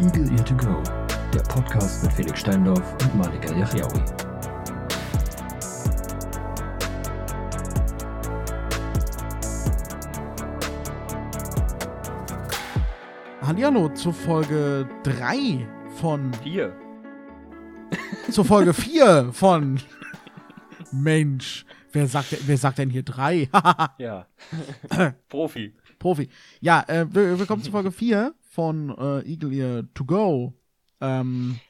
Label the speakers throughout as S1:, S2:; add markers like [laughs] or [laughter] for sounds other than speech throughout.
S1: Eagle Ear to Go, der Podcast mit Felix Steindorf und Malika Yachiaoui.
S2: Hallihallo zur Folge 3 von.
S3: Vier.
S2: Zur Folge 4 von. Mensch, wer sagt, denn- wer sagt denn hier 3?
S3: Ja. [coughs] Profi.
S2: Profi. Ja, äh, wir- willkommen zu Folge 4 von äh, Eagle Ear To Go. Ähm,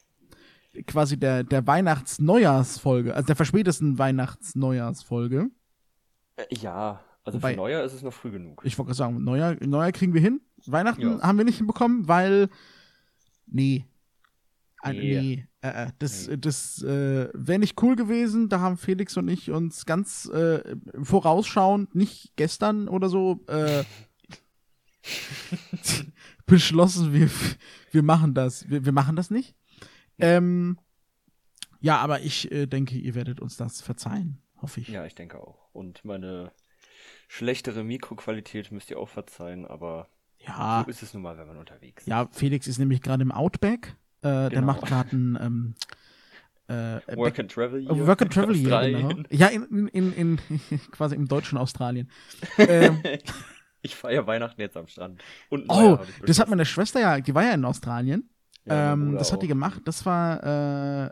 S2: quasi der, der Weihnachts-Neujahrsfolge, also der verspätesten Weihnachts-Neujahrsfolge.
S3: Äh, Ja, also
S2: Wobei-
S3: für Neuer ist es noch früh genug.
S2: Ich wollte gerade sagen, Neujahr, Neujahr kriegen wir hin. Weihnachten
S3: Ja.
S2: haben wir nicht hinbekommen, weil. Nee. Ein, nee.
S3: Nee.
S2: Äh, äh, das
S3: Nee.
S2: das äh, wäre nicht cool gewesen. Da haben Felix und ich uns ganz äh, vorausschauend, nicht gestern oder so,
S3: [laughs]
S2: äh, beschlossen, wir, wir machen das. Wir, wir machen das nicht. Ähm, ja, aber ich äh, denke, ihr werdet uns das verzeihen. Hoffe ich.
S3: Ja, ich denke auch. Und meine schlechtere Mikroqualität müsst ihr auch verzeihen, aber
S2: ja.
S3: so ist es nun mal, wenn man unterwegs ist.
S2: Ah. Ja, Felix ist nämlich gerade im Outback. Äh, Der
S3: Genau.
S2: macht gerade ein ähm, äh,
S3: Work and Travel
S2: Back-
S3: hier.
S2: Work and Travel hier.
S3: Australien.
S2: Genau. Ja, in, in, in, in [laughs] quasi im deutschen Australien. ähm,
S3: [laughs] Ich feiere Weihnachten jetzt am Strand. Und Neujahr
S2: oh,
S3: hab ich
S2: das hat
S3: beschlossen.
S2: meine Schwester ja, die war ja in Australien.
S3: Ja, mein
S2: ähm,
S3: Bruder
S2: das
S3: [laughs]
S2: hat die
S3: auch.
S2: gemacht. Das war. Äh,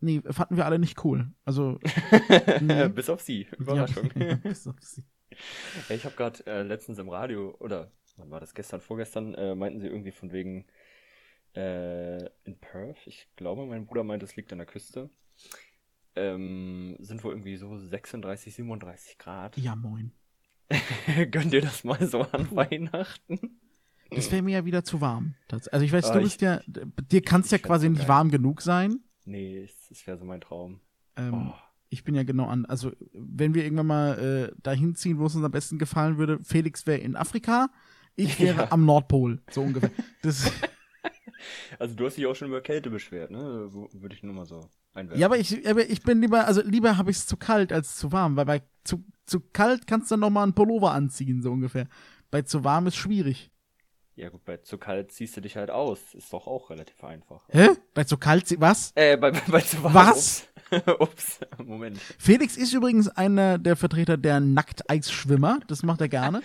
S2: nee, fanden wir alle nicht cool.
S3: [laughs]
S2: Also. Mhm.
S3: Bis auf sie.
S2: [laughs] ja,
S3: Überraschung.
S2: bis auf sie.
S3: Ja, Ich habe gerade äh, letztens im Radio, oder wann war das gestern, vorgestern, äh, meinten sie irgendwie von wegen äh, in Perth, ich glaube, mein Bruder meint, es liegt an der Küste, ähm, sind wohl irgendwie so 36, 37 Grad.
S2: ja, moin.
S3: [laughs] Gönn dir das mal so an Weihnachten?
S2: Das wäre mir ja wieder zu warm. Tats- Also ich weiß,
S3: Ah,
S2: du
S3: ich-
S2: bist ja. Dir kann es ja
S3: ich fänd's
S2: quasi
S3: so
S2: nicht
S3: geil.
S2: warm genug sein.
S3: Nee, es- das wäre so mein Traum.
S2: Ähm,
S3: Oh,
S2: Ich bin ja genau an. Also, wenn wir irgendwann mal äh, dahin ziehen, wo es uns am besten gefallen würde, Felix wäre in Afrika,
S3: [laughs]
S2: ich wäre
S3: Ja.
S2: am Nordpol, so ungefähr.
S3: [laughs]
S2: Das,
S3: Also du hast dich auch schon über Kälte beschwert, ne? Wo- Würde ich nur mal so einwerfen.
S2: ja, aber ich, aber ich bin lieber, also lieber habe ich es zu kalt als zu warm, weil bei zu, zu kalt kannst du dann nochmal einen Pullover anziehen, so ungefähr. Bei zu warm ist schwierig.
S3: Ja gut, bei zu kalt ziehst du dich halt aus. Ist doch auch relativ einfach.
S2: Hä? Bei zu kalt, sie- was?
S3: Äh, bei, [laughs] bei, bei zu warm.
S2: Was?
S3: [laughs] Ups, Ups. Moment.
S2: Felix ist übrigens einer der Vertreter der Nackteisschwimmer, das macht er gerne.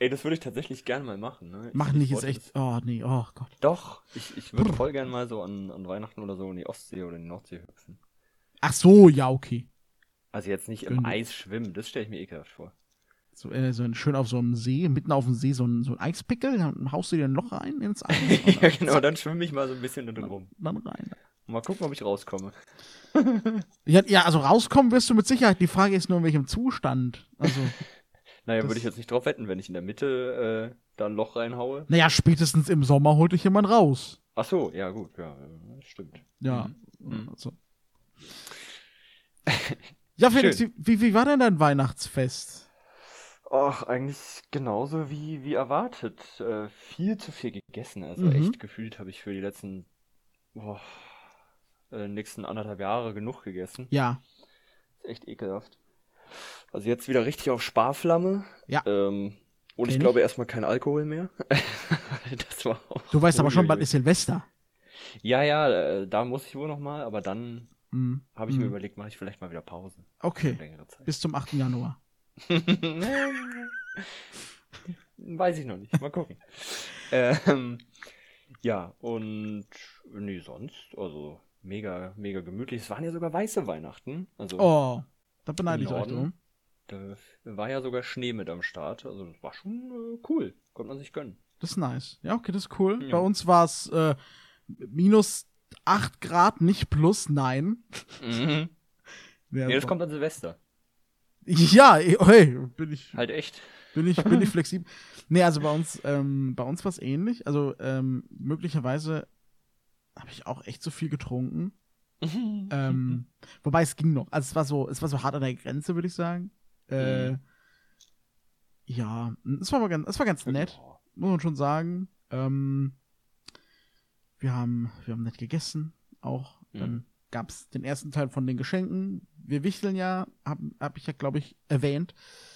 S3: Ey, das würde ich tatsächlich gerne mal machen, ne? Ich-
S2: Machen nicht,
S3: ich
S2: ist
S3: wollte
S2: echt,
S3: das-
S2: oh nee, oh Gott.
S3: Doch, ich, ich würde voll gerne mal so an, an Weihnachten oder so in die Ostsee oder in die Nordsee hüpfen.
S2: Ach so, ja, okay.
S3: Also jetzt nicht
S2: Gönn
S3: im
S2: dir.
S3: Eis schwimmen, das stelle ich mir
S2: [laughs]
S3: ekelhaft vor.
S2: So, äh, so ein, schön auf so einem See, mitten auf dem See, so ein, so ein Eispickel, dann haust du dir ein Loch rein ins Eis. und
S3: [laughs] ja,
S2: dann-
S3: genau, dann schwimme ich mal so ein bisschen da drin rum.
S2: Dann rein.
S3: Mal gucken, ob ich rauskomme.
S2: Ja, ja, also rauskommen wirst du mit Sicherheit. Die Frage ist nur, in welchem Zustand.
S3: [laughs]
S2: Also,
S3: Naja,
S2: Das-
S3: würde ich jetzt nicht drauf wetten, wenn ich in der Mitte äh, da ein Loch reinhaue.
S2: naja, spätestens im Sommer holt dich jemand raus.
S3: Ach so, ja gut, ja, äh, stimmt.
S2: Ja.
S3: Mhm.
S2: Also. Ja, Felix, wie, wie, wie war denn dein Weihnachtsfest?
S3: Ach, eigentlich genauso wie, wie erwartet. Äh, viel zu viel gegessen. Also
S2: Mhm.
S3: echt gefühlt habe ich für die letzten, boah, äh, nächsten anderthalb Jahre genug gegessen.
S2: Ja,
S3: Ist echt ekelhaft. Also jetzt wieder richtig auf Sparflamme.
S2: Ja.
S3: Ähm, und
S2: Kenn ich.
S3: ich glaube erstmal kein Alkohol mehr. [laughs] Das war auch.
S2: du weißt aber schon, bald
S3: uiuiui.
S2: ist Silvester.
S3: Ja, ja, äh, da muss ich wohl nochmal, aber dann
S2: Mhm.
S3: habe ich mir
S2: Mhm.
S3: überlegt, mache ich vielleicht mal wieder Pause. für
S2: Okay,
S3: Längere Zeit. [laughs]
S2: bis zum 8. Januar.
S3: Weiß ich noch nicht.
S2: [laughs]
S3: Mal gucken. ähm, ja, und nee, sonst, also mega, mega gemütlich. Es waren ja sogar weiße Weihnachten. Also
S2: Oh, da beneide ich euch
S3: Norden.
S2: drum.
S3: da war ja sogar Schnee mit am Start. Also das war schon äh, cool. Konnte man sich gönnen.
S2: Das ist nice. Ja, okay, das ist cool.
S3: Ja.
S2: Bei uns war es äh, minus 8 Grad, nicht plus, nein.
S3: Mhm.
S2: Ja,
S3: Nee, das kommt an Silvester.
S2: ja eh, hey, bin ich,
S3: Halt echt.
S2: bin ich, bin ich flexibel. [laughs] Nee, also bei uns, ähm, bei uns war es ähnlich. Also ähm, möglicherweise habe ich auch echt zu viel getrunken. [laughs]
S3: Mhm.
S2: Ähm, wobei es ging noch. Also es war so, es war so hart an der Grenze, würde ich sagen. Äh,
S3: Mhm.
S2: Ja, es war aber ganz, es war ganz nett.
S3: Ja.
S2: muss man schon sagen. Ähm, wir haben, wir haben nett gegessen, auch.
S3: Mhm.
S2: Dann gab es den ersten Teil von den Geschenken. Wir wichteln ja, habe hab ich ja, glaube ich, erwähnt.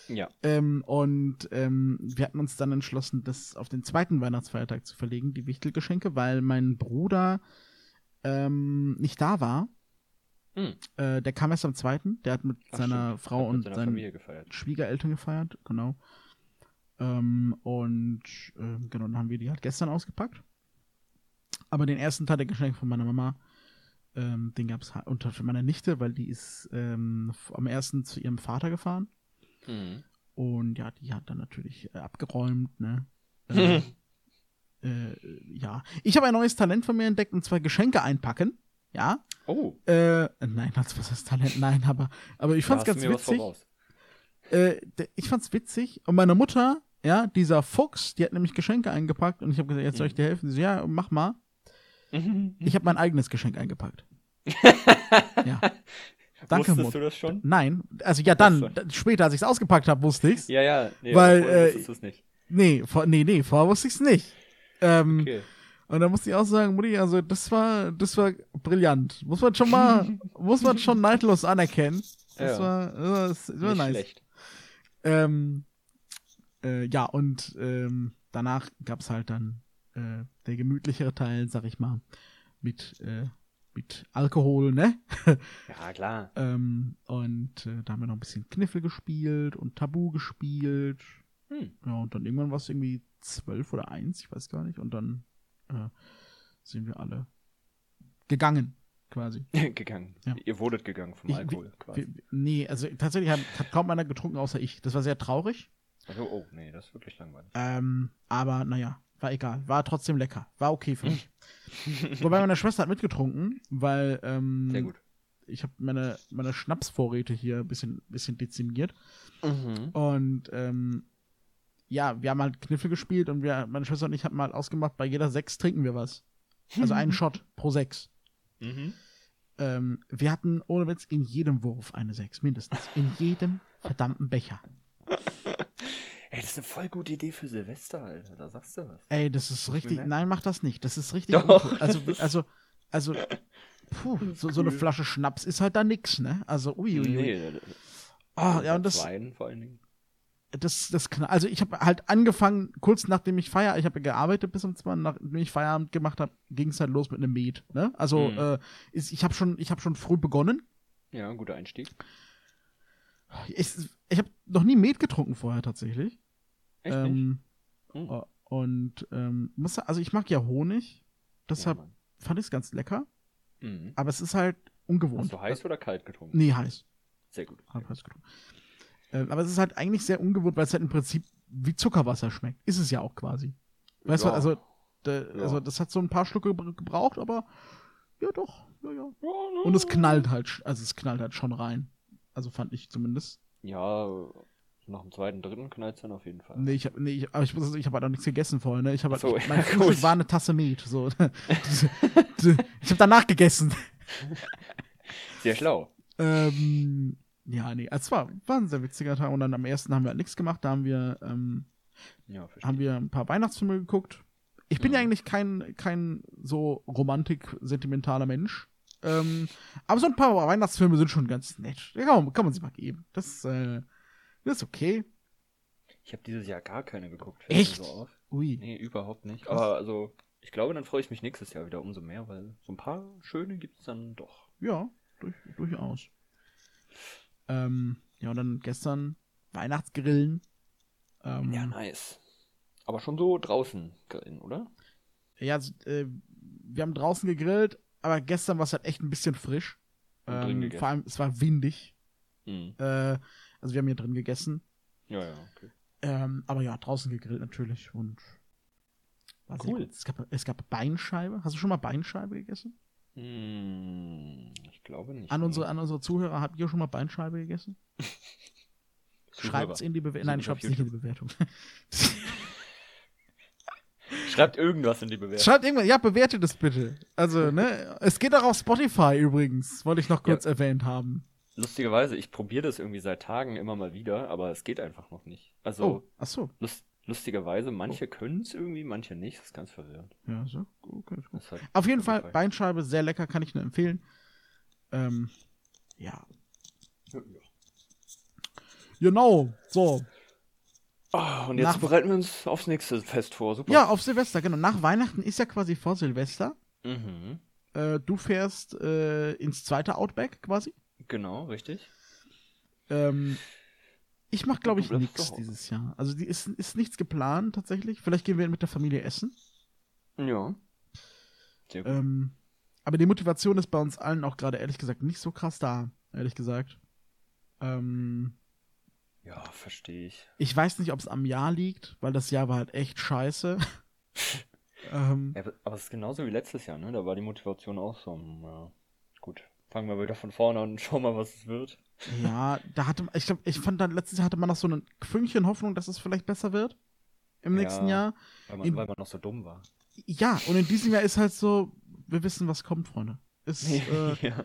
S3: Ja.
S2: Ähm, und ähm, wir hatten uns dann entschlossen, das auf den zweiten Weihnachtsfeiertag zu verlegen, die Wichtelgeschenke, weil mein Bruder ähm, nicht da war.
S3: Hm.
S2: Äh, der kam erst am zweiten. Der hat mit
S3: Ach,
S2: seiner
S3: stimmt.
S2: Frau
S3: Hat
S2: und
S3: mit seiner
S2: seinen
S3: Familie gefeiert.
S2: Schwiegereltern gefeiert, genau. Ähm, und äh, genau, dann haben wir die halt gestern ausgepackt. Aber den ersten Teil der Geschenke von meiner Mama, ähm, den gab es unter für meine Nichte, weil die ist ähm, f- am ersten zu ihrem Vater gefahren. [laughs]
S3: Mhm.
S2: Und ja, die hat dann natürlich äh, abgeräumt,
S3: [laughs]
S2: ne? Äh, äh, ja. Ich habe ein neues Talent von mir entdeckt und zwar Geschenke einpacken. Ja.
S3: Oh,
S2: Äh, nein, das was das Talent, nein, aber, aber ich
S3: da
S2: fand's
S3: hast
S2: ganz
S3: du mir was
S2: witzig
S3: voraus.
S2: äh, d- ich fand's witzig. Und meine Mutter, ja, dieser Fuchs, die hat nämlich Geschenke eingepackt und ich habe gesagt, jetzt soll ich dir helfen. Sie so, ja, mach mal.
S3: [laughs]
S2: Ich habe mein eigenes Geschenk eingepackt. ja. Danke,
S3: Wusstest
S2: Mutter.
S3: du das schon?
S2: Nein, also ja dann,
S3: Ach so.
S2: d- später, als ich's ausgepackt habe, wusste ich's.
S3: Ja, ja. Nee,
S2: Weil,
S3: vorher
S2: äh,
S3: wusstest du es nicht.
S2: [laughs] Nee, vor, nee, nee, vorher wusste ich's nicht. Ähm,
S3: Okay.
S2: Und da musste ich auch sagen, Mutti, also das war, das war brillant. Muss man schon
S3: [laughs]
S2: mal, muss man schon neidlos anerkennen. Das
S3: Ja.
S2: war, das war, das war
S3: nicht
S2: nice.
S3: schlecht.
S2: Ähm, äh, ja, und ähm, danach gab es halt dann äh, der gemütlichere Teil, sag ich mal, mit, äh, mit Alkohol, ne?
S3: Ja, klar.
S2: Ähm, und äh, da haben wir noch ein bisschen Kniffel gespielt und Tabu gespielt.
S3: Hm.
S2: Ja, und dann irgendwann war es irgendwie zwölf oder eins, ich weiß gar nicht. Und dann äh, sind wir alle gegangen, quasi.
S3: [laughs] gegangen.
S2: Ja.
S3: Ihr wurdet gegangen vom
S2: Ich-
S3: Alkohol
S2: Wir,
S3: quasi.
S2: nee, also tatsächlich hat, hat kaum einer getrunken, außer ich. Das war sehr traurig.
S3: Also, oh, nee, das ist wirklich langweilig.
S2: Ähm, aber naja, war egal. War trotzdem lecker. War okay
S3: Hm.
S2: für mich. Wobei meine Schwester hat mitgetrunken, weil ähm,
S3: Sehr gut.
S2: ich habe meine, meine Schnapsvorräte hier ein bisschen, bisschen dezimiert.
S3: Mhm.
S2: Und ähm, ja, wir haben halt Kniffel gespielt und wir, meine Schwester und ich haben mal halt ausgemacht, bei jeder sechs trinken wir was. Also
S3: [laughs]
S2: einen Shot pro sechs.
S3: Mhm.
S2: Ähm, wir hatten ohne Witz in jedem Wurf eine sechs, mindestens. In jedem verdammten Becher.
S3: Ey, das ist eine voll gute Idee für Silvester, Alter. Da sagst du was.
S2: Ey, das ist
S3: Muss ich mir
S2: richtig.
S3: merken.
S2: Nein, mach das nicht. Das ist richtig.
S3: Doch.
S2: uncool. Also, also,
S3: [laughs]
S2: also, puh, so, so eine Flasche Schnaps ist halt da nix, ne? Also, uiuiui.
S3: Nee,
S2: Ah, ja, und das,
S3: Wein vor allen Dingen.
S2: das, das kann, also ich habe halt angefangen, kurz nachdem ich Feier, ich habe gearbeitet bis um zwei, nachdem ich Feierabend gemacht habe, ging es halt los mit einem Met, ne? Also,
S3: Mhm.
S2: äh, ist, ich habe schon, ich habe schon früh begonnen.
S3: Ja, guter Einstieg.
S2: Ich, ich habe noch nie Met getrunken vorher tatsächlich.
S3: Echt nicht?
S2: ähm,
S3: Hm.
S2: o- Und ähm, muss, also ich mag ja Honig, deshalb
S3: Ja, Mann.
S2: fand ich es ganz lecker.
S3: mhm.
S2: Aber es ist halt ungewohnt. Also,
S3: Hast du heiß oder kalt getrunken?
S2: Nee, heiß.
S3: Sehr gut.
S2: Hab heiß getrunken. Ähm, aber es ist halt eigentlich sehr ungewohnt, weil es halt im Prinzip wie Zuckerwasser schmeckt. Ist es ja auch quasi. Weißt du,
S3: Ja.
S2: also, da,
S3: Ja.
S2: also das hat so ein paar Schlucke gebr- gebraucht, aber ja doch, ja, ja.
S3: Und
S2: Und es knallt halt, sch- also es knallt halt schon rein. Also fand ich zumindest.
S3: Ja, nach dem zweiten, dritten knallt es dann auf jeden Fall.
S2: Nee, ich hab, nee, ich, aber ich, muss sagen, ich habe halt auch nichts gegessen vorher, ne? Ich habe halt,
S3: Ach so, [laughs]
S2: mein
S3: ja,
S2: Frühstück
S3: gut.
S2: war eine Tasse Met, so. [laughs] ich habe danach gegessen.
S3: Sehr schlau.
S2: Ähm, ja, nee, es war, war ein sehr witziger Tag. Und dann am ersten haben wir halt nichts gemacht. Da haben wir, ähm,
S3: Ja, verstehe.
S2: haben wir ein paar Weihnachtsfilme geguckt. Ich bin ja
S3: Mhm.
S2: eigentlich kein, kein so romantik-sentimentaler Mensch. Ähm, aber so ein paar Weihnachtsfilme sind schon ganz nett. Ja, kann man, kann man sich mal geben. Das, äh, das ist okay.
S3: Ich habe dieses Jahr gar keine geguckt. fällt mir
S2: Echt?
S3: So auf.
S2: Ui.
S3: Nee, überhaupt nicht.
S2: Krass.
S3: Aber also, ich glaube, dann freue ich mich nächstes Jahr wieder umso mehr, weil so ein paar schöne gibt es dann doch.
S2: Ja, durch, durchaus. Ähm, ja, und dann gestern Weihnachtsgrillen. Ähm,
S3: Ja, nice. Aber schon so draußen grillen, oder?
S2: Ja, also, äh, wir haben draußen gegrillt, aber gestern war es halt echt ein bisschen frisch.
S3: Und drin
S2: Ähm,
S3: gegessen.
S2: vor allem, es war windig.
S3: Mhm.
S2: Äh, also wir haben hier drin gegessen.
S3: Ja, ja, okay.
S2: Ähm, aber ja, draußen gegrillt natürlich und war sehr
S3: Cool.
S2: gut. Es gab, es gab Beinscheibe. Hast du schon mal Beinscheibe gegessen?
S3: Hm, ich glaube nicht.
S2: An
S3: nee.
S2: unsere, an unsere Zuhörer, habt ihr schon mal Beinscheibe gegessen?
S3: Zuhörer.
S2: Schreibt's in die Bewertung.
S3: Sind
S2: Nein,
S3: auf
S2: schreibt's nicht in die
S3: [laughs]
S2: Bewertung.
S3: Schreibt irgendwas in die Bewertung.
S2: Schreibt irgendwann, ja, bewertet es bitte. Also, ne, es geht auch auf Spotify übrigens, wollte ich noch kurz erwähnt haben.
S3: Lustigerweise, ich probiere das irgendwie seit Tagen immer mal wieder, aber es geht einfach noch nicht. Also,
S2: Oh, ach so.
S3: lust lustigerweise, manche können es irgendwie, manche nicht. Das ist ganz verwirrend.
S2: Ja, so, okay, ist gut.
S3: Das ist halt
S2: Auf jeden Fall,
S3: Spotify.
S2: Beinscheibe, sehr lecker, kann ich nur empfehlen. Ähm, ja. Genau, so.
S3: Ah, und jetzt
S2: Nach-
S3: bereiten wir uns aufs nächste Fest vor. Super.
S2: Oh, Ja, auf Silvester, genau. Nach Weihnachten ist ja quasi vor Silvester.
S3: Mhm.
S2: Äh, du fährst äh, ins zweite Outback quasi.
S3: Genau, richtig.
S2: Ähm, ich mach, glaube ich,
S3: Du bleibst
S2: nichts
S3: zu Hause.
S2: dieses Jahr. Also die ist, ist nichts geplant tatsächlich. Vielleicht gehen wir mit der Familie essen.
S3: Ja. Sehr gut.
S2: Ähm, aber die Motivation ist bei uns allen auch gerade ehrlich gesagt nicht so krass da, ehrlich gesagt. Ähm,
S3: ja, verstehe ich.
S2: ich weiß nicht, ob es am Jahr liegt, weil das Jahr war halt echt
S3: [laughs]
S2: scheiße. ähm,
S3: Ja, aber- aber es ist genauso wie letztes Jahr, ne? Da war die Motivation auch so. hm, Ja. Gut, fangen wir wieder von vorne an und [laughs] schauen mal, was es wird.
S2: ja, da hatte ich glaube, ich fand dann letztes Jahr hatte man noch so ein Fünkchen Hoffnung, dass es vielleicht besser wird im
S3: Ja.
S2: nächsten Jahr.
S3: Weil man,
S2: In-
S3: weil man noch so dumm war.
S2: Ja, und in diesem Jahr ist halt so, wir wissen, was kommt, Freunde. Ist, äh,
S3: [laughs] ja.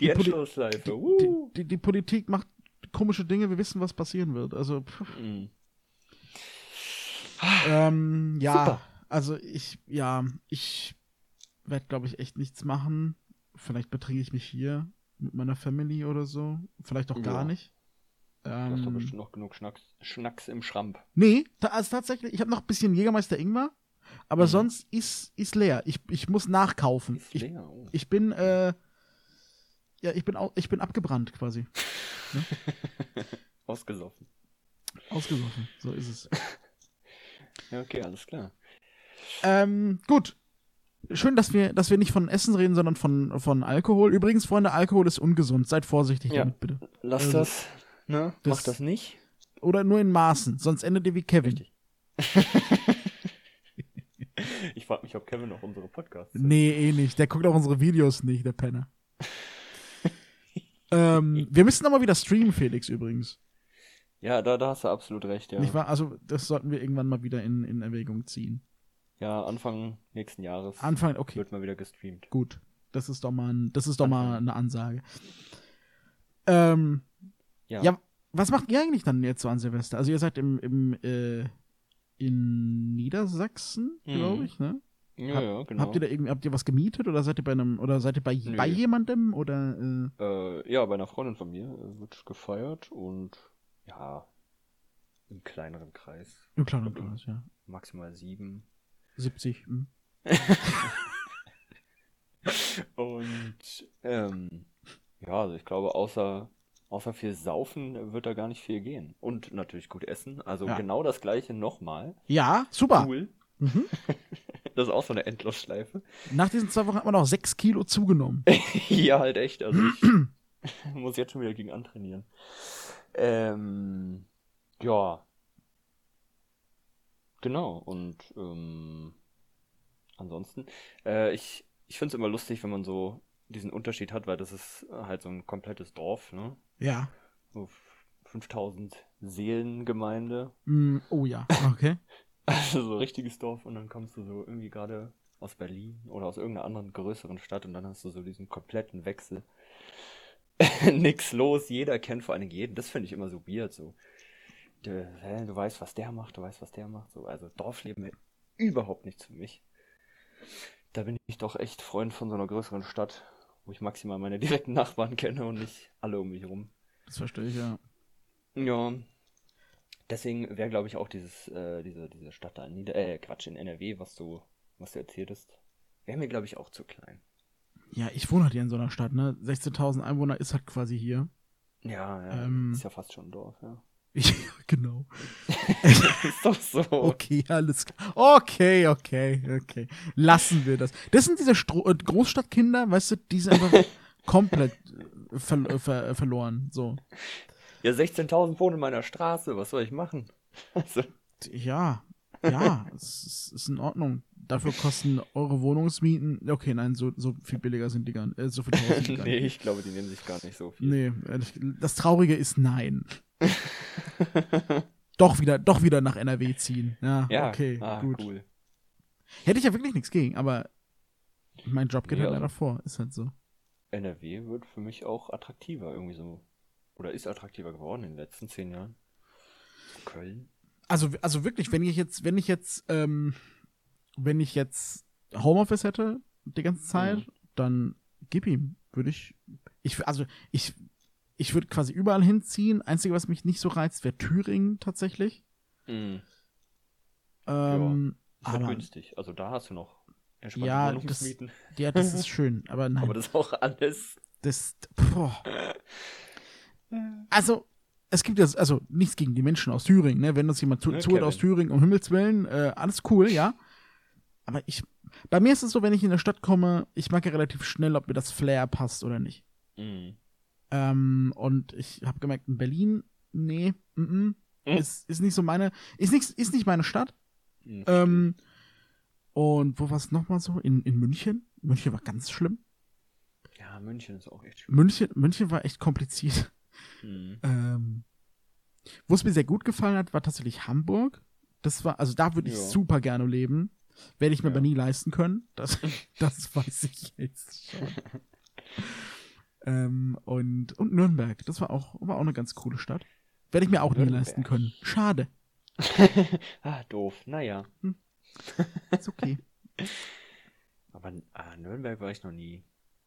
S2: die
S3: Die
S2: Poli-
S3: Endschlussschleife.
S2: die,
S3: Uh.
S2: die, die Politik macht komische Dinge, wir wissen, was passieren wird. Also, pff.
S3: Mhm.
S2: Ähm, ja,
S3: Super.
S2: also ich, ja, ich werde, glaube ich, echt nichts machen. Vielleicht betrinke ich mich hier mit meiner Family oder so. Vielleicht auch gar
S3: Ja.
S2: nicht.
S3: Du hast doch bestimmt
S2: Ähm,
S3: noch genug Schnacks, Schnacks im Schramp.
S2: nee, ta also tatsächlich, ich habe noch ein bisschen Jägermeister Ingwer, aber
S3: Mhm.
S2: sonst ist, ist leer. Ich, ich muss nachkaufen.
S3: Ist
S2: Ich,
S3: leer. Oh.
S2: ich bin, äh, ja, ich bin, au- ich bin abgebrannt quasi.
S3: Ausgesoffen.
S2: Ausgesoffen. So ist es.
S3: Ja, okay, alles klar.
S2: Ähm, gut. Schön, dass wir, dass wir nicht von Essen reden, sondern von, von Alkohol. Übrigens, Freunde, Alkohol ist ungesund. Seid vorsichtig
S3: Ja.
S2: damit, bitte.
S3: Lass
S2: Also,
S3: das, ne?
S2: das-
S3: Mach das nicht.
S2: Oder nur in Maßen, sonst endet ihr wie Kevin.
S3: Richtig. Ich frage mich, ob Kevin noch unsere Podcasts hört.
S2: Nee, eh nicht. Der guckt auch unsere Videos nicht, der
S3: [laughs]
S2: Penner. ähm, wir müssen nochmal wieder streamen, Felix, übrigens.
S3: Ja, da, da hast du absolut recht, ja.
S2: Nicht wahr? Also, das sollten wir irgendwann mal wieder in, in Erwägung ziehen.
S3: Ja, Anfang nächsten Jahres
S2: Anfang, okay.
S3: wird mal wieder gestreamt.
S2: Gut, das ist doch mal, ein, das ist doch mal eine Ansage. Ähm, ja.
S3: Ja.
S2: was macht ihr eigentlich dann jetzt so an Silvester? Also ihr seid im, im äh, in Niedersachsen,
S3: Mhm.
S2: glaube ich, ne?
S3: Ja,
S2: Hab-
S3: ja, genau.
S2: Habt ihr da irgendwie, habt ihr was gemietet oder seid ihr bei einem oder seid ihr bei,
S3: Nö.
S2: bei jemandem oder äh,
S3: äh, ja, bei einer Freundin von mir äh, wird gefeiert und ja, im kleineren Kreis.
S2: im kleinen Kreis, ja.
S3: Maximal sieben.
S2: 70. hm.
S3: Und ähm, ja, also ich glaube, außer, außer viel Saufen wird da gar nicht viel gehen. Und natürlich gut essen. Also
S2: Ja.
S3: genau das gleiche nochmal.
S2: Ja, super.
S3: Cool.
S2: Mhm.
S3: Das ist auch so eine Endlosschleife. [laughs]
S2: Nach diesen zwei Wochen hat man noch sechs Kilo zugenommen.
S3: Ja, halt echt. Also
S2: [clears throat]
S3: ich muss jetzt schon wieder gegen antrainieren. Ähm, ja. Genau. Und ähm, ansonsten, äh, ich, ich finde es immer lustig, wenn man so diesen Unterschied hat, weil das ist halt so ein komplettes Dorf, ne?
S2: Ja.
S3: So f- 5000 Seelengemeinde. [laughs]
S2: Mm, oh ja, okay.
S3: Also so ein richtiges Dorf und dann kommst du so irgendwie gerade aus Berlin oder aus irgendeiner anderen größeren Stadt und dann hast du so diesen kompletten Wechsel. [laughs] Nix los, jeder kennt vor allen Dingen jeden. Das finde ich immer so weird. So. Du, hä, du weißt, was der macht, du weißt, was der macht. So. Also Dorfleben wäre überhaupt nichts für mich. Da bin ich doch echt Freund von so einer größeren Stadt, wo ich maximal meine [laughs] direkten Nachbarn kenne und nicht alle um mich rum.
S2: Das verstehe ich ja.
S3: Ja. Deswegen wäre, glaube ich, auch dieses, äh, diese, diese Stadt da in Nieder äh, Quatsch, in NRW, was du, was du erzähltest, wäre mir, glaube ich, auch zu klein.
S2: Ja, ich wohne halt hier in so einer Stadt, ne? 16.000 Einwohner ist halt quasi hier. [laughs]
S3: Ja, ja.
S2: Ähm.
S3: Ist ja fast schon ein Dorf, ja. [laughs]
S2: Ich, genau.
S3: Ist doch so.
S2: Okay, alles klar. Okay, okay, okay. Lassen wir das. Das sind diese Stro äh, Großstadtkinder, weißt du, die sind [laughs] einfach komplett äh, ver äh, ver äh, verloren. So.
S3: Ja, 16.000 wohnen in meiner Straße, was soll ich machen? [laughs] Also,
S2: Ja, ja, es ist, ist in Ordnung. Dafür kosten eure Wohnungsmieten. Okay, nein, so, so viel billiger sind die gar nicht. Äh, so viel teurer sind [laughs] die gar
S3: nee,
S2: nicht.
S3: ich glaube, die nehmen sich gar nicht so viel.
S2: Nee, ehrlich, das Traurige ist [laughs] nein. Doch wieder, doch wieder nach NRW ziehen. Ja,
S3: Ja,
S2: okay,
S3: ah,
S2: gut.
S3: cool.
S2: Hätte ich ja wirklich nichts gegen, aber mein Job geht
S3: Nee,
S2: halt
S3: also-
S2: leider vor. Ist halt so.
S3: NRW wird für mich auch attraktiver, irgendwie so. Oder ist attraktiver geworden in den letzten zehn Jahren. Köln.
S2: Also, also wirklich, wenn ich jetzt, wenn ich jetzt, ähm, wenn ich jetzt Homeoffice hätte die ganze Zeit,
S3: Mhm.
S2: dann gib ihm. Würde ich, ich, also ich, ich würde quasi überall hinziehen. Einzige, was mich nicht so reizt, wäre Thüringen tatsächlich.
S3: Mhm.
S2: Ähm,
S3: Ist halt
S2: aber
S3: günstig. Also da hast du noch entspannte
S2: Ja,
S3: Wohnungsmieten.
S2: ja, das ist schön. Aber nein,
S3: Aber das ist auch alles.
S2: das, boah. Also, es gibt ja, also nichts gegen die Menschen aus Thüringen, ne? Wenn uns jemand zu,
S3: Ne,
S2: zuhört aus Thüringen, um Himmels Willen, äh, alles cool, ja. Aber ich, bei mir ist es so, wenn ich in der Stadt komme, ich merke relativ schnell, ob mir das Flair passt oder nicht.
S3: Mhm.
S2: Ähm, und ich habe gemerkt, in Berlin, nee, mhm,
S3: Mhm.
S2: Ist, ist nicht so meine, ist nicht, ist nicht meine Stadt.
S3: Mhm.
S2: Ähm, und wo war es nochmal so? In, in München? München war ganz schlimm.
S3: ja, München ist auch echt schön.
S2: München, München war echt kompliziert.
S3: Mhm.
S2: [laughs] Ähm, Wo es mir sehr gut gefallen hat, war tatsächlich Hamburg. Das war, also da würde ich
S3: Ja.
S2: super gerne leben. Werde ich mir
S3: Ja.
S2: aber nie leisten können. Das, [laughs] das weiß ich jetzt
S3: [laughs]
S2: schon. ähm, und, und Nürnberg, das war auch, war auch eine ganz coole Stadt. Werde ich mir auch nie
S3: Nürnberg.
S2: leisten können. Schade.
S3: ah, doof. Naja.
S2: Ist okay.
S3: Aber ah, Nürnberg war ich noch nie.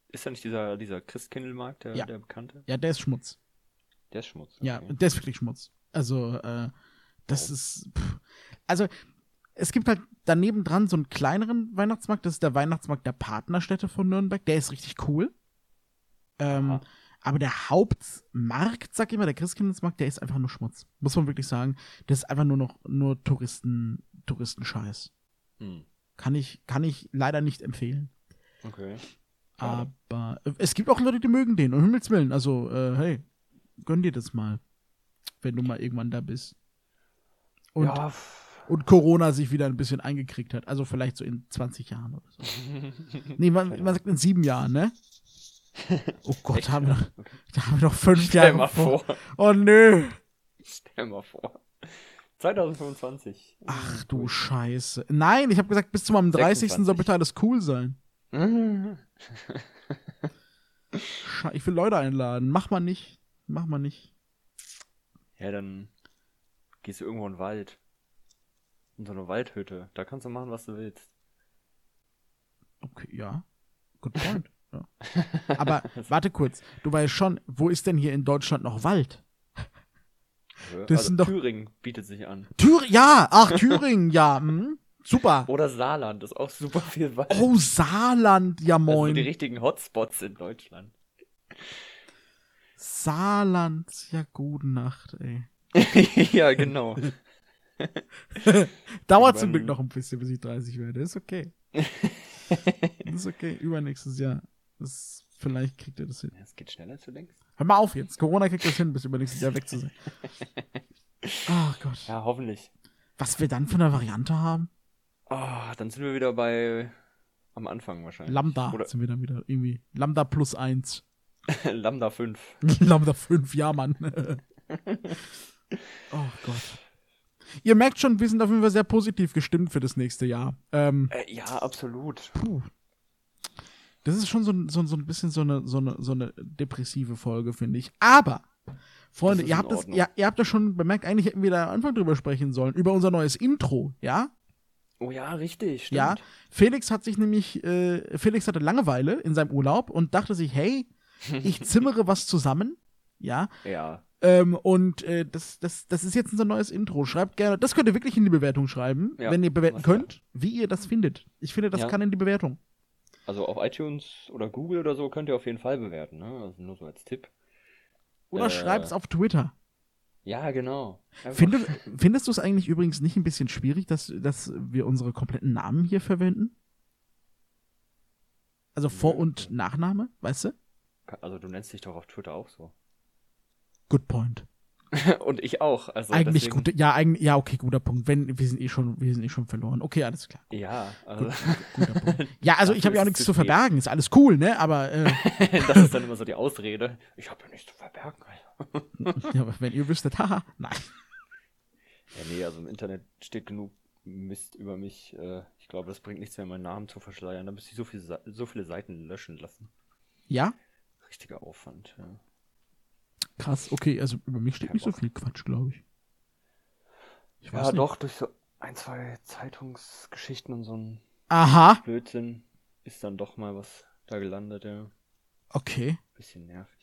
S3: Ist da nicht dieser, dieser Christkindlmarkt, der,
S2: Ja.
S3: der Bekannte?
S2: ja, der ist Schmutz.
S3: Der ist Schmutz.
S2: Ja,
S3: okay.
S2: der ist wirklich Schmutz. Also, äh, das
S3: Oh.
S2: ist. Pff. Also, es gibt halt daneben dran so einen kleineren Weihnachtsmarkt. Das ist der Weihnachtsmarkt der Partnerstädte von Nürnberg. Der ist richtig cool. Ähm,
S3: Aha.
S2: aber der Hauptmarkt, sag ich mal, der Christkindlesmarkt, der ist einfach nur Schmutz. Muss man wirklich sagen. Das ist einfach nur noch nur Touristen, Touristenscheiß.
S3: Hm.
S2: Kann ich, kann ich leider nicht empfehlen.
S3: Okay. Schade.
S2: Aber äh, es gibt auch Leute, die mögen den, um Himmels Willen. Also, äh, hey, gönn dir das mal, wenn du mal irgendwann da bist. Und, [laughs]
S3: ja. pff.
S2: und Corona sich wieder ein bisschen eingekriegt hat. Also vielleicht so in 20 Jahren oder
S3: [laughs]
S2: so. Nee, man, man sagt in sieben Jahren, ne? Oh Gott, haben wir noch, da haben wir noch fünf
S3: Stell
S2: Jahre
S3: mal
S2: vor.
S3: vor.
S2: Oh nö.
S3: Stell mal vor. 2025.
S2: Ach du Scheiße. Nein, ich habe gesagt, bis zum am 30. soll
S3: 26.
S2: bitte alles cool sein.
S3: Mhm.
S2: Sche ich will Leute einladen. Mach mal nicht. Mach mal nicht.
S3: Ja, dann gehst du irgendwo in den Wald. In so eine Waldhütte. Da kannst du machen, was du willst.
S2: Okay, ja. Good [laughs] point. ja. [laughs] Aber warte kurz, du weißt schon, wo ist denn hier in Deutschland noch Wald? Das sind doch-
S3: Äh, also Thüringen bietet sich an.
S2: Thür ja, [laughs] ach, Thüringen, ja. Hm? Super.
S3: Oder Saarland ist auch super viel Wald.
S2: Oh, Saarland, ja
S3: das sind die
S2: moin.
S3: richtigen Hotspots in Deutschland.
S2: [laughs] Saarland, ja, gute Nacht, ey.
S3: ja, genau.
S2: Dauert
S3: Irgendwann-
S2: zum Glück noch ein bisschen, bis ich 30 werde. Ist [laughs] okay. ist okay, übernächstes Jahr. Das, vielleicht kriegt ihr das hin.
S3: Es geht schneller zu denkst.
S2: Hör mal auf jetzt. Corona kriegt das hin, bis übernächstes Jahr weg zu [laughs] sein. Ach Gott.
S3: Ja, hoffentlich.
S2: Was wir dann für eine Variante haben?
S3: Oh, dann sind wir wieder bei am Anfang wahrscheinlich.
S2: Lambda
S3: Oder
S2: sind wir dann wieder irgendwie. Lambda plus eins. [laughs]
S3: [laughs] Lambda 5.
S2: Lambda fünf, ja,
S3: [laughs]
S2: Mann. oh Gott. Ihr merkt schon, wir sind auf jeden Fall sehr positiv gestimmt für das nächste Jahr. Ähm,
S3: Äh, ja, absolut.
S2: puh. Das ist schon so, ein- so, ein- so ein bisschen so eine, so eine, so eine depressive Folge, finde ich. Aber, Freunde,
S3: Das ist
S2: ihr
S3: in
S2: habt, das,
S3: Ordnung.
S2: ihr, ihr habt das schon bemerkt, eigentlich hätten wir da am Anfang drüber sprechen sollen, über unser neues Intro, ja?
S3: Oh ja, richtig, stimmt.
S2: Ja, Felix hat sich nämlich, äh, Felix hatte Langeweile in seinem Urlaub und dachte sich, hey,
S3: [laughs]
S2: ich zimmere was zusammen. Ja,
S3: Ja.
S2: ähm, und äh, das, das, das ist jetzt unser neues Intro. Schreibt gerne, das könnt ihr wirklich in die Bewertung schreiben,
S3: Ja,
S2: wenn ihr bewerten
S3: was da.
S2: könnt, wie ihr das findet. Ich finde, das
S3: Ja.
S2: kann in die Bewertung.
S3: Also auf iTunes oder Google oder so könnt ihr auf jeden Fall bewerten, ne? Also nur so als Tipp.
S2: Oder
S3: Äh,
S2: schreibt's auf Twitter.
S3: Ja, genau. Einfach-
S2: Findest, findest du es eigentlich übrigens nicht ein bisschen schwierig, dass, dass wir unsere kompletten Namen hier verwenden? Also Vor-
S3: Nö.
S2: und Nachname, weißt du?
S3: Also du nennst dich doch auf Twitter auch so. [laughs]
S2: Good point.
S3: Und ich auch. Also
S2: eigentlich
S3: deswegen-
S2: gute, ja, eigentlich, ja, okay, guter Punkt. Wenn, wir sind eh schon, wir sind eh schon verloren. Okay, alles klar.
S3: Ja, also
S2: Guter
S3: [laughs]
S2: Punkt. Ja, also ich habe ja auch
S3: Dafür ist
S2: nichts
S3: es
S2: zu
S3: zu spät.
S2: verbergen, ist alles cool, ne? Aber äh,
S3: [laughs] das ist dann immer so die Ausrede. Ich habe ja nichts zu verbergen. Alter.
S2: ja, aber wenn ihr wüsstet, [laughs] haha, nein.
S3: Ja, nee, also im Internet steht genug Mist über mich. Äh, ich glaube, das bringt nichts mehr, meinen Namen zu verschleiern. Da müsste ich so, viel, Sa- so viele Seiten löschen lassen.
S2: Ja?
S3: Richtiger Aufwand. Ja.
S2: Krass, okay, also über mich steht
S3: Kein
S2: nicht so
S3: Bock.
S2: viel Quatsch, glaube ich. Ich
S3: Ja, doch, durch so ein, zwei Zeitungsgeschichten und so ein
S2: Aha,
S3: Blödsinn ist dann doch mal was da gelandet, ja.
S2: Okay.
S3: Bisschen nervig.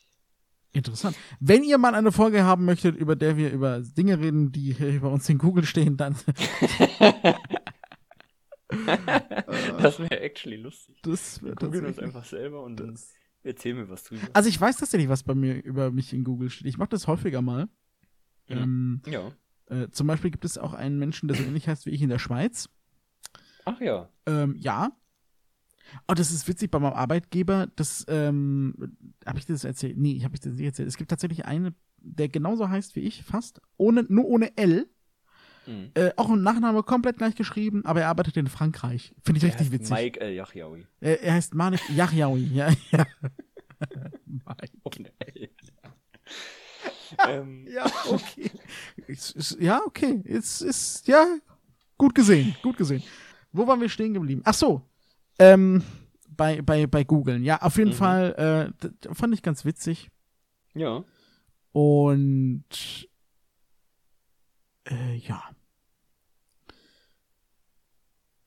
S2: Interessant. Wenn ihr mal eine Folge haben möchtet, über der wir über Dinge reden, die hier bei uns in Google stehen, dann [laughs]
S3: Äh. [laughs] das wäre actually lustig.
S2: das
S3: Wir
S2: wird
S3: googeln uns
S2: tatsächlich-
S3: einfach selber und dann
S2: das-
S3: erzähl mir was drüber.
S2: Also ich weiß tatsächlich, was bei mir über mich in Google steht. Ich mache das häufiger mal.
S3: Ja.
S2: Ähm,
S3: Ja.
S2: äh, zum Beispiel gibt es auch einen Menschen, der so ähnlich heißt wie ich in der Schweiz.
S3: Ach ja.
S2: Ähm, ja. Oh, das ist witzig bei meinem Arbeitgeber. Das, ähm, habe ich dir das erzählt? Nee, ich habe ich das nicht erzählt. Es gibt tatsächlich einen, der genauso heißt wie ich, fast, ohne, nur ohne L.
S3: Mhm.
S2: Äh, auch im Nachname komplett gleich geschrieben, aber er arbeitet in Frankreich. Finde ich
S3: Er
S2: richtig
S3: heißt
S2: witzig.
S3: Mike El Yachiaoui.
S2: Äh, er heißt
S3: [laughs]
S2: Manik Yahyaoui. Ja, ja. Mike.
S3: Oh, nee. ähm,
S2: Ja, okay. Ist- ist- ja, okay. Ist, ist, ja, gut gesehen, gut gesehen. Wo waren wir stehen geblieben? Ach so, ähm, bei, bei, bei googeln. Ja, auf jeden
S3: Mhm.
S2: Fall, äh, d- d- fand ich ganz witzig.
S3: ja.
S2: Und, äh, ja.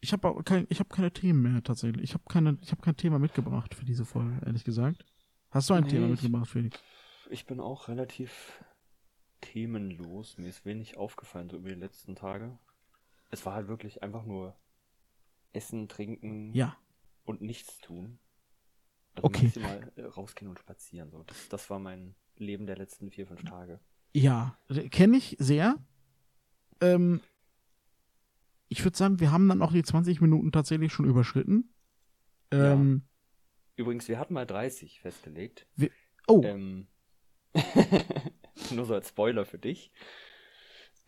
S2: Ich habe kein, ich hab keine Themen mehr tatsächlich. Ich habe keine, ich habe kein Thema mitgebracht für diese Folge, ehrlich gesagt. Hast du ein
S3: Nee,
S2: Thema
S3: ich-
S2: mitgebracht, Felix?
S3: Ich bin auch relativ themenlos. Mir ist wenig aufgefallen so über die letzten Tage. Es war halt wirklich einfach nur Essen, Trinken
S2: Ja.
S3: und nichts tun. Also
S2: Okay.
S3: maximal äh, rausgehen und spazieren. So. Das, das war mein Leben der letzten vier,
S2: Mhm.
S3: fünf Tage.
S2: Ja, kenne ich sehr. Ähm, ich würde sagen, wir haben dann auch die 20 Minuten tatsächlich schon überschritten.
S3: Ja.
S2: Ähm,
S3: Übrigens, wir hatten mal 30 festgelegt.
S2: Oh,
S3: Ähm, [laughs] nur so als Spoiler für dich.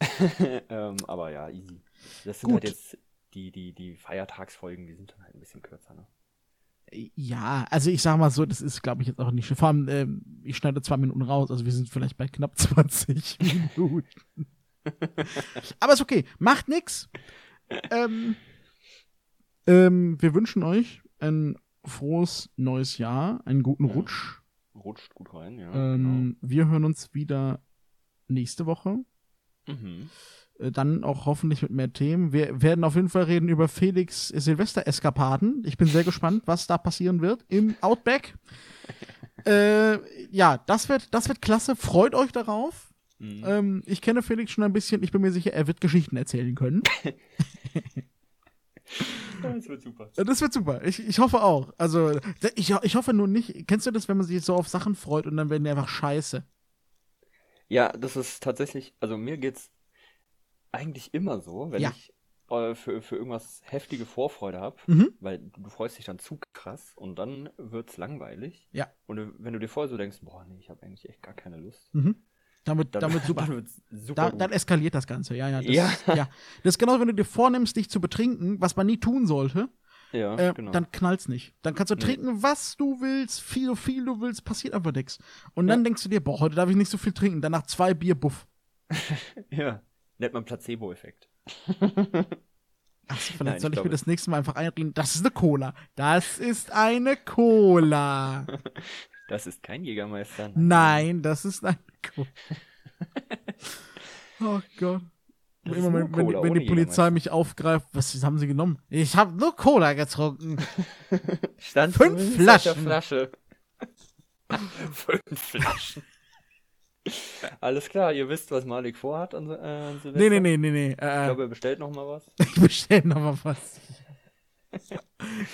S3: [laughs] ähm, aber ja, easy. Das sind
S2: Gut.
S3: halt jetzt die, die, die Feiertagsfolgen, die sind dann halt ein bisschen kürzer. Ne?
S2: ja, also ich sag mal so, das ist, glaube ich, jetzt auch nicht schlimm. Vor allem, ähm, ich schneide zwei Minuten raus, also wir sind vielleicht bei knapp [laughs] 20
S3: [laughs]
S2: Minuten. Aber ist okay, macht nix. Ähm, ähm, wir wünschen euch ein frohes neues Jahr, einen guten
S3: Ja.
S2: Rutsch.
S3: Rutscht gut rein, ja.
S2: Ähm, Wir hören uns wieder nächste Woche.
S3: genau. mhm.
S2: Äh, Dann auch hoffentlich mit mehr Themen. Wir werden auf jeden Fall reden über Felix Silvester-Eskapaden. Ich bin sehr gespannt, was da passieren wird im
S3: [laughs]
S2: Outback. äh, ja, das wird, das wird klasse. Freut euch darauf.
S3: Mhm.
S2: Ähm, ich kenne Felix schon ein bisschen. Ich bin mir sicher, er wird Geschichten erzählen können.
S3: Ja, das wird super.
S2: Äh, Das wird super. Ich, ich hoffe auch. Also, ich, ich hoffe nur nicht. Kennst du das, wenn man sich so auf Sachen freut und dann werden die einfach scheiße?
S3: Ja, das ist tatsächlich, also mir geht's eigentlich immer so, wenn
S2: Ja.
S3: ich äh, für, für irgendwas heftige Vorfreude habe,
S2: Mhm.
S3: weil du, du freust dich dann zu krass und dann wird's langweilig.
S2: Ja.
S3: Und du- wenn du dir vorher so denkst, boah, nee, ich habe eigentlich echt gar keine Lust,
S2: Mhm. Damit,
S3: dann, [laughs]
S2: damit super.
S3: dann wird's super
S2: Da,
S3: gut.
S2: dann eskaliert das Ganze, ja, ja. Das,
S3: Ja.
S2: [laughs] ja. Das ist genau, wenn du dir vornimmst, dich zu betrinken, was man nie tun sollte,
S3: Ja,
S2: äh,
S3: genau.
S2: dann knallt's nicht. Dann kannst du
S3: Nee.
S2: trinken, was du willst, viel, so viel du willst, passiert einfach nichts. Und dann
S3: Ja.
S2: denkst du dir, boah, heute darf ich nicht so viel trinken, danach zwei Bier, buff.
S3: Ja. Nennt man Placebo-Effekt.
S2: Ach, so, vielleicht
S3: Nein, ich
S2: soll ich,
S3: glaube-
S2: mir das nächste Mal einfach einreden, das ist eine Cola. Das ist eine
S3: [laughs]
S2: Cola.
S3: Das ist kein Jägermeister.
S2: Nein, das ist eine
S3: [laughs]
S2: Cola. oh Gott.
S3: Das
S2: Immer
S3: ist nur
S2: wenn, wenn, die-
S3: Cola
S2: wenn die
S3: ohne
S2: Polizei mich aufgreift, was haben sie genommen? Ich habe nur Cola getrunken.
S3: Jägermeister. Stand
S2: Fünf
S3: zumindest auf der
S2: Flaschen.
S3: Flasche. Fünf
S2: [laughs]
S3: Flaschen. Alles klar, ihr wisst, was Malik vorhat an, Sil- äh, an Silvester.
S2: Nee, nee, nee, nee, nee.
S3: Ich
S2: Äh,
S3: glaube, er bestellt noch mal was.
S2: [laughs] ich bestelle nochmal was.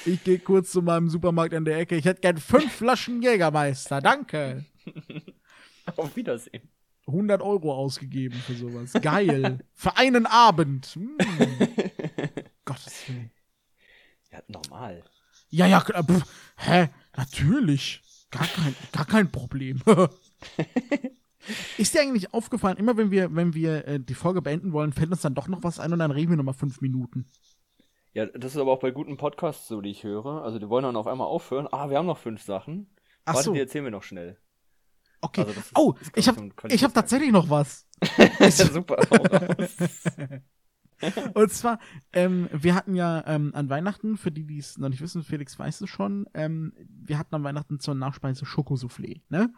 S2: Ich gehe kurz zu meinem Supermarkt an der Ecke. Ich hätte gern fünf Flaschen Jägermeister. Danke.
S3: Auf Wiedersehen.
S2: 100 Euro ausgegeben für sowas. Geil. Für einen Abend.
S3: [laughs]
S2: Hm. Gottes Willen.
S3: Ja, normal.
S2: Ja, ja, klar, pf, hä? Natürlich. Gar kein, gar kein Problem. [laughs] Ist dir eigentlich aufgefallen, immer wenn wir, wenn wir äh, die Folge beenden wollen, fällt uns dann doch noch was ein und dann reden wir nochmal fünf Minuten.
S3: Ja, das ist aber auch bei guten Podcasts so, die ich höre. Also die wollen dann auf einmal aufhören. Ah, wir haben noch fünf Sachen.
S2: Ach
S3: Warte,
S2: so.
S3: die erzählen wir noch schnell.
S2: Okay.
S3: Also das ist-
S2: oh,
S3: das ist, glaub
S2: ich
S3: ich, so
S2: habe
S3: ein
S2: ich hab
S3: Qualitätsmerkmal.
S2: tatsächlich noch was.
S3: Ist ja [laughs] super. Hau raus.
S2: Und zwar, ähm, wir hatten ja ähm, an Weihnachten, für die, die es noch nicht wissen, Felix weiß es schon, ähm, wir hatten an Weihnachten zur Nachspeise Schokosoufflé, ne?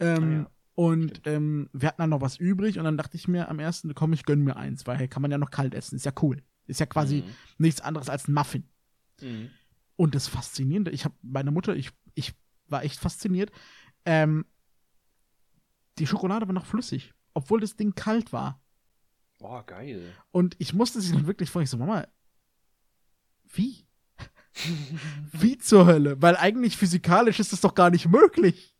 S2: Ähm,
S3: Ah ja,
S2: Und ähm, wir hatten dann noch was übrig und dann dachte ich mir am ersten, komm, ich gönn mir eins, weil hey, kann man ja noch kalt essen, ist ja cool. Ist ja [laughs] quasi nichts anderes als ein Muffin.
S3: Mhm. Mhm.
S2: Und das Faszinierende, ich habe meine Mutter, ich, ich war echt fasziniert. Ähm, die Schokolade war noch flüssig, obwohl das Ding kalt war.
S3: Boah, geil.
S2: [laughs] Und ich musste sie dann wirklich fragen, ich so, Mama, wie? wie zur Hölle? Weil eigentlich physikalisch ist das doch gar nicht möglich.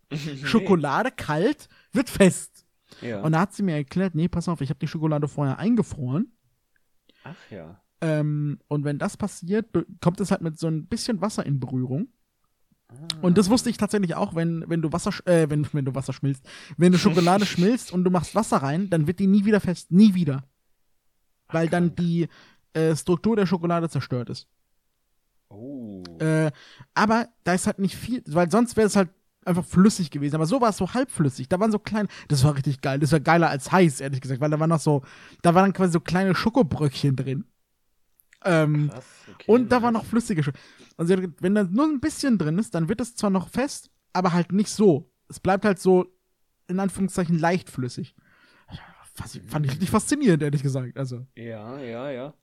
S2: Schokolade kalt wird fest.
S3: Ja.
S2: Und da hat sie mir erklärt, nee, pass auf, ich habe die Schokolade vorher eingefroren.
S3: Ach ja.
S2: Ähm, und wenn das passiert, be- kommt es halt mit so ein bisschen Wasser in Berührung. Und das wusste ich tatsächlich auch, wenn, wenn du Wasser, sch- äh, wenn, wenn du Wasser schmilzt, wenn du Schokolade schmilzt und du machst Wasser rein, dann wird die nie wieder fest, nie wieder. Weil dann die äh, Struktur der Schokolade zerstört ist.
S3: Oh.
S2: Äh, aber da ist halt nicht viel, weil sonst wäre es halt einfach flüssig gewesen. Aber so war es so halbflüssig. Da waren so kleine, das war richtig geil. Das war geiler als heiß, ehrlich gesagt, weil da waren noch so, da waren quasi so kleine Schokobröckchen drin. Ähm,
S3: Krass, okay,
S2: und da
S3: nice.
S2: war noch flüssige Schokolade. Und sie hat gesagt, wenn da nur ein bisschen drin ist, dann wird es zwar noch fest, aber halt nicht so. Es bleibt halt so, in Anführungszeichen, leicht flüssig. Fast- Fand ich richtig faszinierend, ehrlich gesagt. Also,
S3: Ja, ja, ja.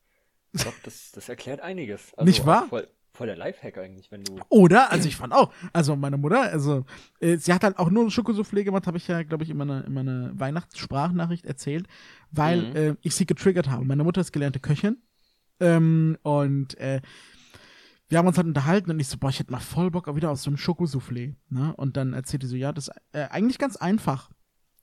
S3: Ich glaub, das, das erklärt einiges. Also
S2: Nicht wahr?
S3: Voll, voll der Lifehack eigentlich, wenn du. [laughs]
S2: Oder, also ich fand auch, also meine Mutter, also äh, sie hat halt auch nur ein Schokosoufflé gemacht, habe ich ja, glaube ich, in meiner, in meiner Weihnachtssprachnachricht erzählt, weil
S3: Mhm.
S2: äh, ich sie getriggert habe. Meine Mutter ist gelernte Köchin ähm, und äh, wir haben uns halt unterhalten und ich so, boah, ich hätte mal voll Bock auch wieder auf so ein Schokosoufflé. Ne? Und dann erzählte sie so, ja, das ist äh, eigentlich ganz einfach.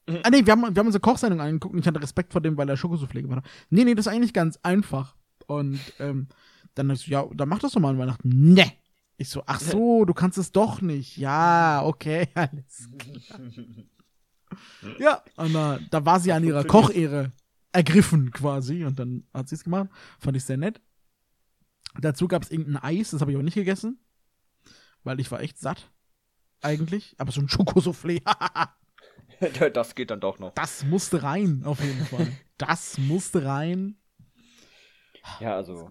S3: Mhm.
S2: Ah, nee, wir haben, wir haben unsere Kochsendung angeguckt und ich hatte Respekt vor dem, weil er Schokosoufflé gemacht hat. Nee, nee, das ist eigentlich ganz einfach. Und ähm, dann hab ich so, ja, dann mach das doch mal an Weihnachten. Nee. Ich so, ach so, du kannst es doch nicht. Ja, okay, [laughs] alles. Ja, und da, da war sie an ihrer Kochehre ergriffen quasi und dann hat sie es gemacht. Fand ich sehr nett. Dazu gab es irgendein Eis, das habe ich auch nicht gegessen, weil ich war echt satt. Eigentlich, aber so ein Schokosoufflé, [laughs]
S3: das geht dann doch noch.
S2: das musste rein, auf jeden Fall. Das musste rein.
S3: Ja, also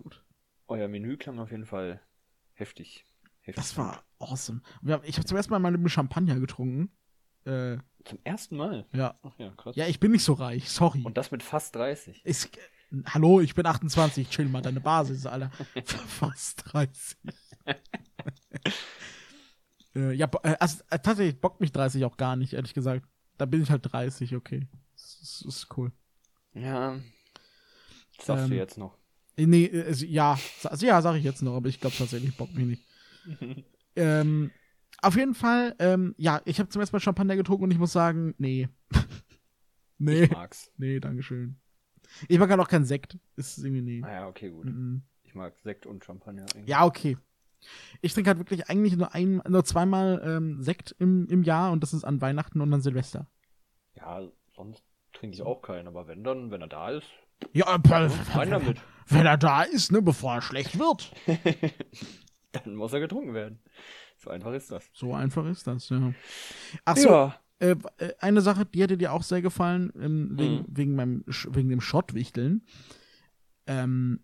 S3: euer Menü klang auf jeden Fall heftig. heftig
S2: Das war awesome. Wir haben- Ich habe zum ersten Mal in meinem Leben Champagner getrunken. Äh,
S3: gut. Zum ersten Mal.
S2: ja.
S3: Ach ja, krass.
S2: Ja, ich bin nicht so reich, sorry.
S3: Und das mit fast 30.
S2: Ich, hallo, ich bin 28, chill mal deine Basis, Alter. [laughs] Fast 30. [laughs] äh, ja, bo- äh, also, äh, tatsächlich bockt mich 30 auch gar nicht, ehrlich gesagt. Da bin ich halt 30, okay. Das ist, das ist cool.
S3: Ja. Das sagst du
S2: Ähm,
S3: jetzt noch.
S2: Äh, Nee, äh, also, ja, sa- also, ja, sage ich jetzt noch, aber ich glaube tatsächlich bockt mich nicht.
S3: [laughs]
S2: ähm, auf jeden Fall, ähm, ja, ich habe zum ersten Mal Champagner getrunken und ich muss sagen, nee. [laughs] nee,
S3: Ich mag's.
S2: nee, Dankeschön. Ich mag halt auch keinen Sekt. Ist irgendwie, nee.
S3: Ah ja, okay, gut.
S2: Mhm.
S3: Ich mag Sekt und Champagner eigentlich.
S2: Ja, okay. Ich trinke halt wirklich eigentlich nur ein, nur zweimal ähm, Sekt im, im Jahr und das ist an Weihnachten und an Silvester.
S3: Ja, sonst trinke ich auch keinen, aber wenn dann, wenn er da ist,
S2: Ja, äh, p- [laughs]
S3: rein damit.
S2: wenn er da ist, ne, bevor er schlecht wird.
S3: Dann muss er getrunken werden. So einfach ist das.
S2: So einfach ist das, ja. Ach so,
S3: Ja.
S2: äh, äh, eine Sache, die hätte dir auch sehr gefallen, ähm, wegen,
S3: Mhm.
S2: wegen, meinem, Sch- wegen dem Schottwichteln.
S3: [laughs]
S2: Ähm,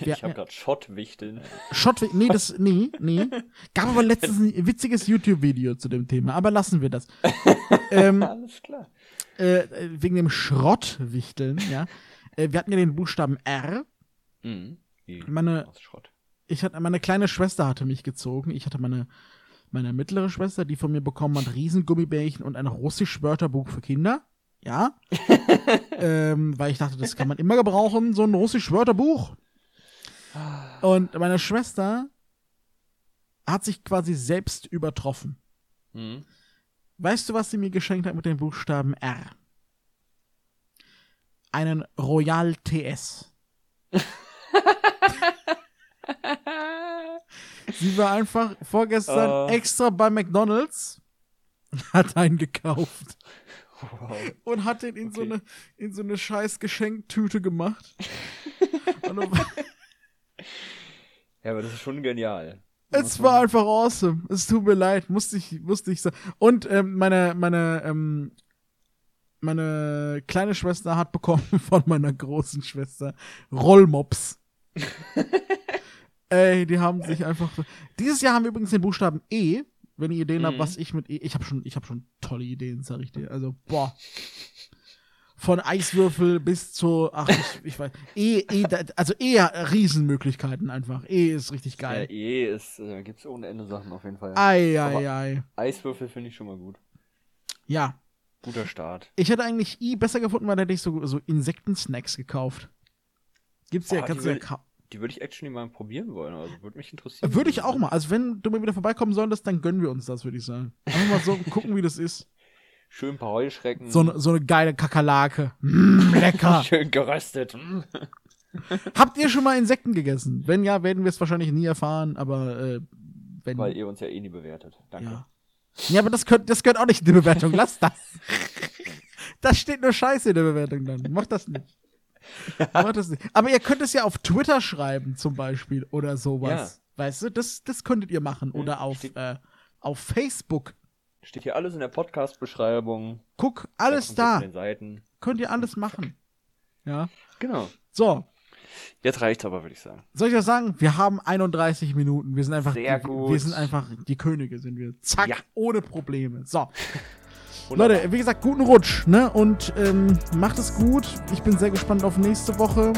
S2: wir-
S3: Ich habe
S2: [laughs]
S3: gerade Schottwichteln.
S2: Schottwichteln, nee, das, nee, nee. Gab aber letztens ein witziges YouTube-Video zu dem Thema, aber lassen wir
S3: [laughs]
S2: das. ähm,
S3: Alles klar.
S2: äh, wegen dem Schrottwichteln, ja. Äh, Wir hatten ja den Buchstaben R.
S3: Mhm. Wie
S2: Meine,
S3: aus Schrott.
S2: ich hatte, meine kleine Schwester hatte mich gezogen. Ich hatte meine, meine mittlere Schwester, die von mir bekommen hat, Riesengummibärchen und ein Russisch-Wörterbuch für Kinder. Ja. ähm, weil ich dachte, das kann man immer gebrauchen, so ein Russisch-Wörterbuch. Und meine Schwester hat sich quasi selbst übertroffen.
S3: Mhm.
S2: Weißt du, was sie mir geschenkt hat mit dem Buchstaben R? Einen Royal
S3: [laughs]
S2: TS. sie war einfach vorgestern
S3: Oh.
S2: extra bei McDonalds, hat einen gekauft
S3: Wow.
S2: und hat den in, so,
S3: Okay.
S2: eine, in so eine scheiß Geschenktüte
S3: [laughs]
S2: gemacht. und dann-
S3: Ja, aber das ist schon genial.
S2: Es war einfach awesome. Es tut mir leid, musste ich, musste ich sagen. Und ähm, meine, meine, ähm, meine kleine Schwester hat bekommen [laughs] von meiner großen Schwester Rollmops. Ey, die haben sich einfach. Dieses Jahr haben wir übrigens den Buchstaben E. Wenn ihr Ideen habt,
S3: Mhm.
S2: was ich mit E. Ich habe schon, ich hab schon tolle Ideen, sag ich dir. Also, boah. von Eiswürfel bis zu, ach, ich, ich weiß, eh, eh, da- also eh Riesenmöglichkeiten einfach. Eh ist richtig
S3: Ja,
S2: geil. Ah.
S3: eh, es äh, gibt's ohne Ende Sachen auf jeden Fall.
S2: Ei, ei,
S3: Aber-
S2: ei.
S3: Eiswürfel finde ich schon mal gut.
S2: Ja.
S3: Guter Start.
S2: Ich hätte eigentlich I besser gefunden, weil da hätte ich so, so Insektensnacks gekauft. Gibt's ja,
S3: Oh,
S2: kannst
S3: die
S2: du ja
S3: will-
S2: ka
S3: Die würde ich actually mal probieren wollen, also würde mich interessieren.
S2: Würde ich auch mal. Also wenn du mal wieder vorbeikommen solltest, dann gönnen wir uns das, würde ich sagen. Einfach mal so gucken, wie das ist.
S3: [laughs] Schön ein paar Heuschrecken. [laughs]
S2: So, ne- so eine geile Kakerlake. Mm, lecker.
S3: Schön geröstet. Mm.
S2: Habt ihr schon mal Insekten gegessen? Wenn ja, werden wir es wahrscheinlich nie erfahren, aber äh, wenn.
S3: Weil ihr uns ja eh nie bewertet. Danke.
S2: ja. ja, aber das gehört, das gehört auch nicht in die Bewertung. Lass
S3: [laughs]
S2: das. Das steht nur Scheiße in der Bewertung dann. Macht das nicht. Macht das nicht. Aber ihr könnt es ja auf Twitter schreiben, zum Beispiel, oder sowas. Weißt du, das, das könntet ihr machen.
S3: Ja,
S2: Oder auf,
S3: steht-
S2: äh, auf Facebook.
S3: Steht hier alles in der Podcast-Beschreibung.
S2: Guck, alles
S3: kommt ihr
S2: da.
S3: Zu den Seiten.
S2: Könnt ihr alles machen. Ja.
S3: Genau.
S2: So,
S3: Jetzt reicht's aber, würde ich sagen.
S2: soll ich das sagen? Wir haben 31 Minuten. Wir sind einfach,
S3: Sehr
S2: die,
S3: gut.
S2: wir sind einfach die Könige, sind wir. Zack,
S3: Ja.
S2: ohne Probleme. So,
S3: Wunderbar.
S2: Leute, wie gesagt, guten Rutsch, ne? Und ähm, macht es gut. Ich bin sehr gespannt auf nächste Woche.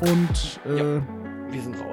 S2: Und äh,
S3: wir sind raus.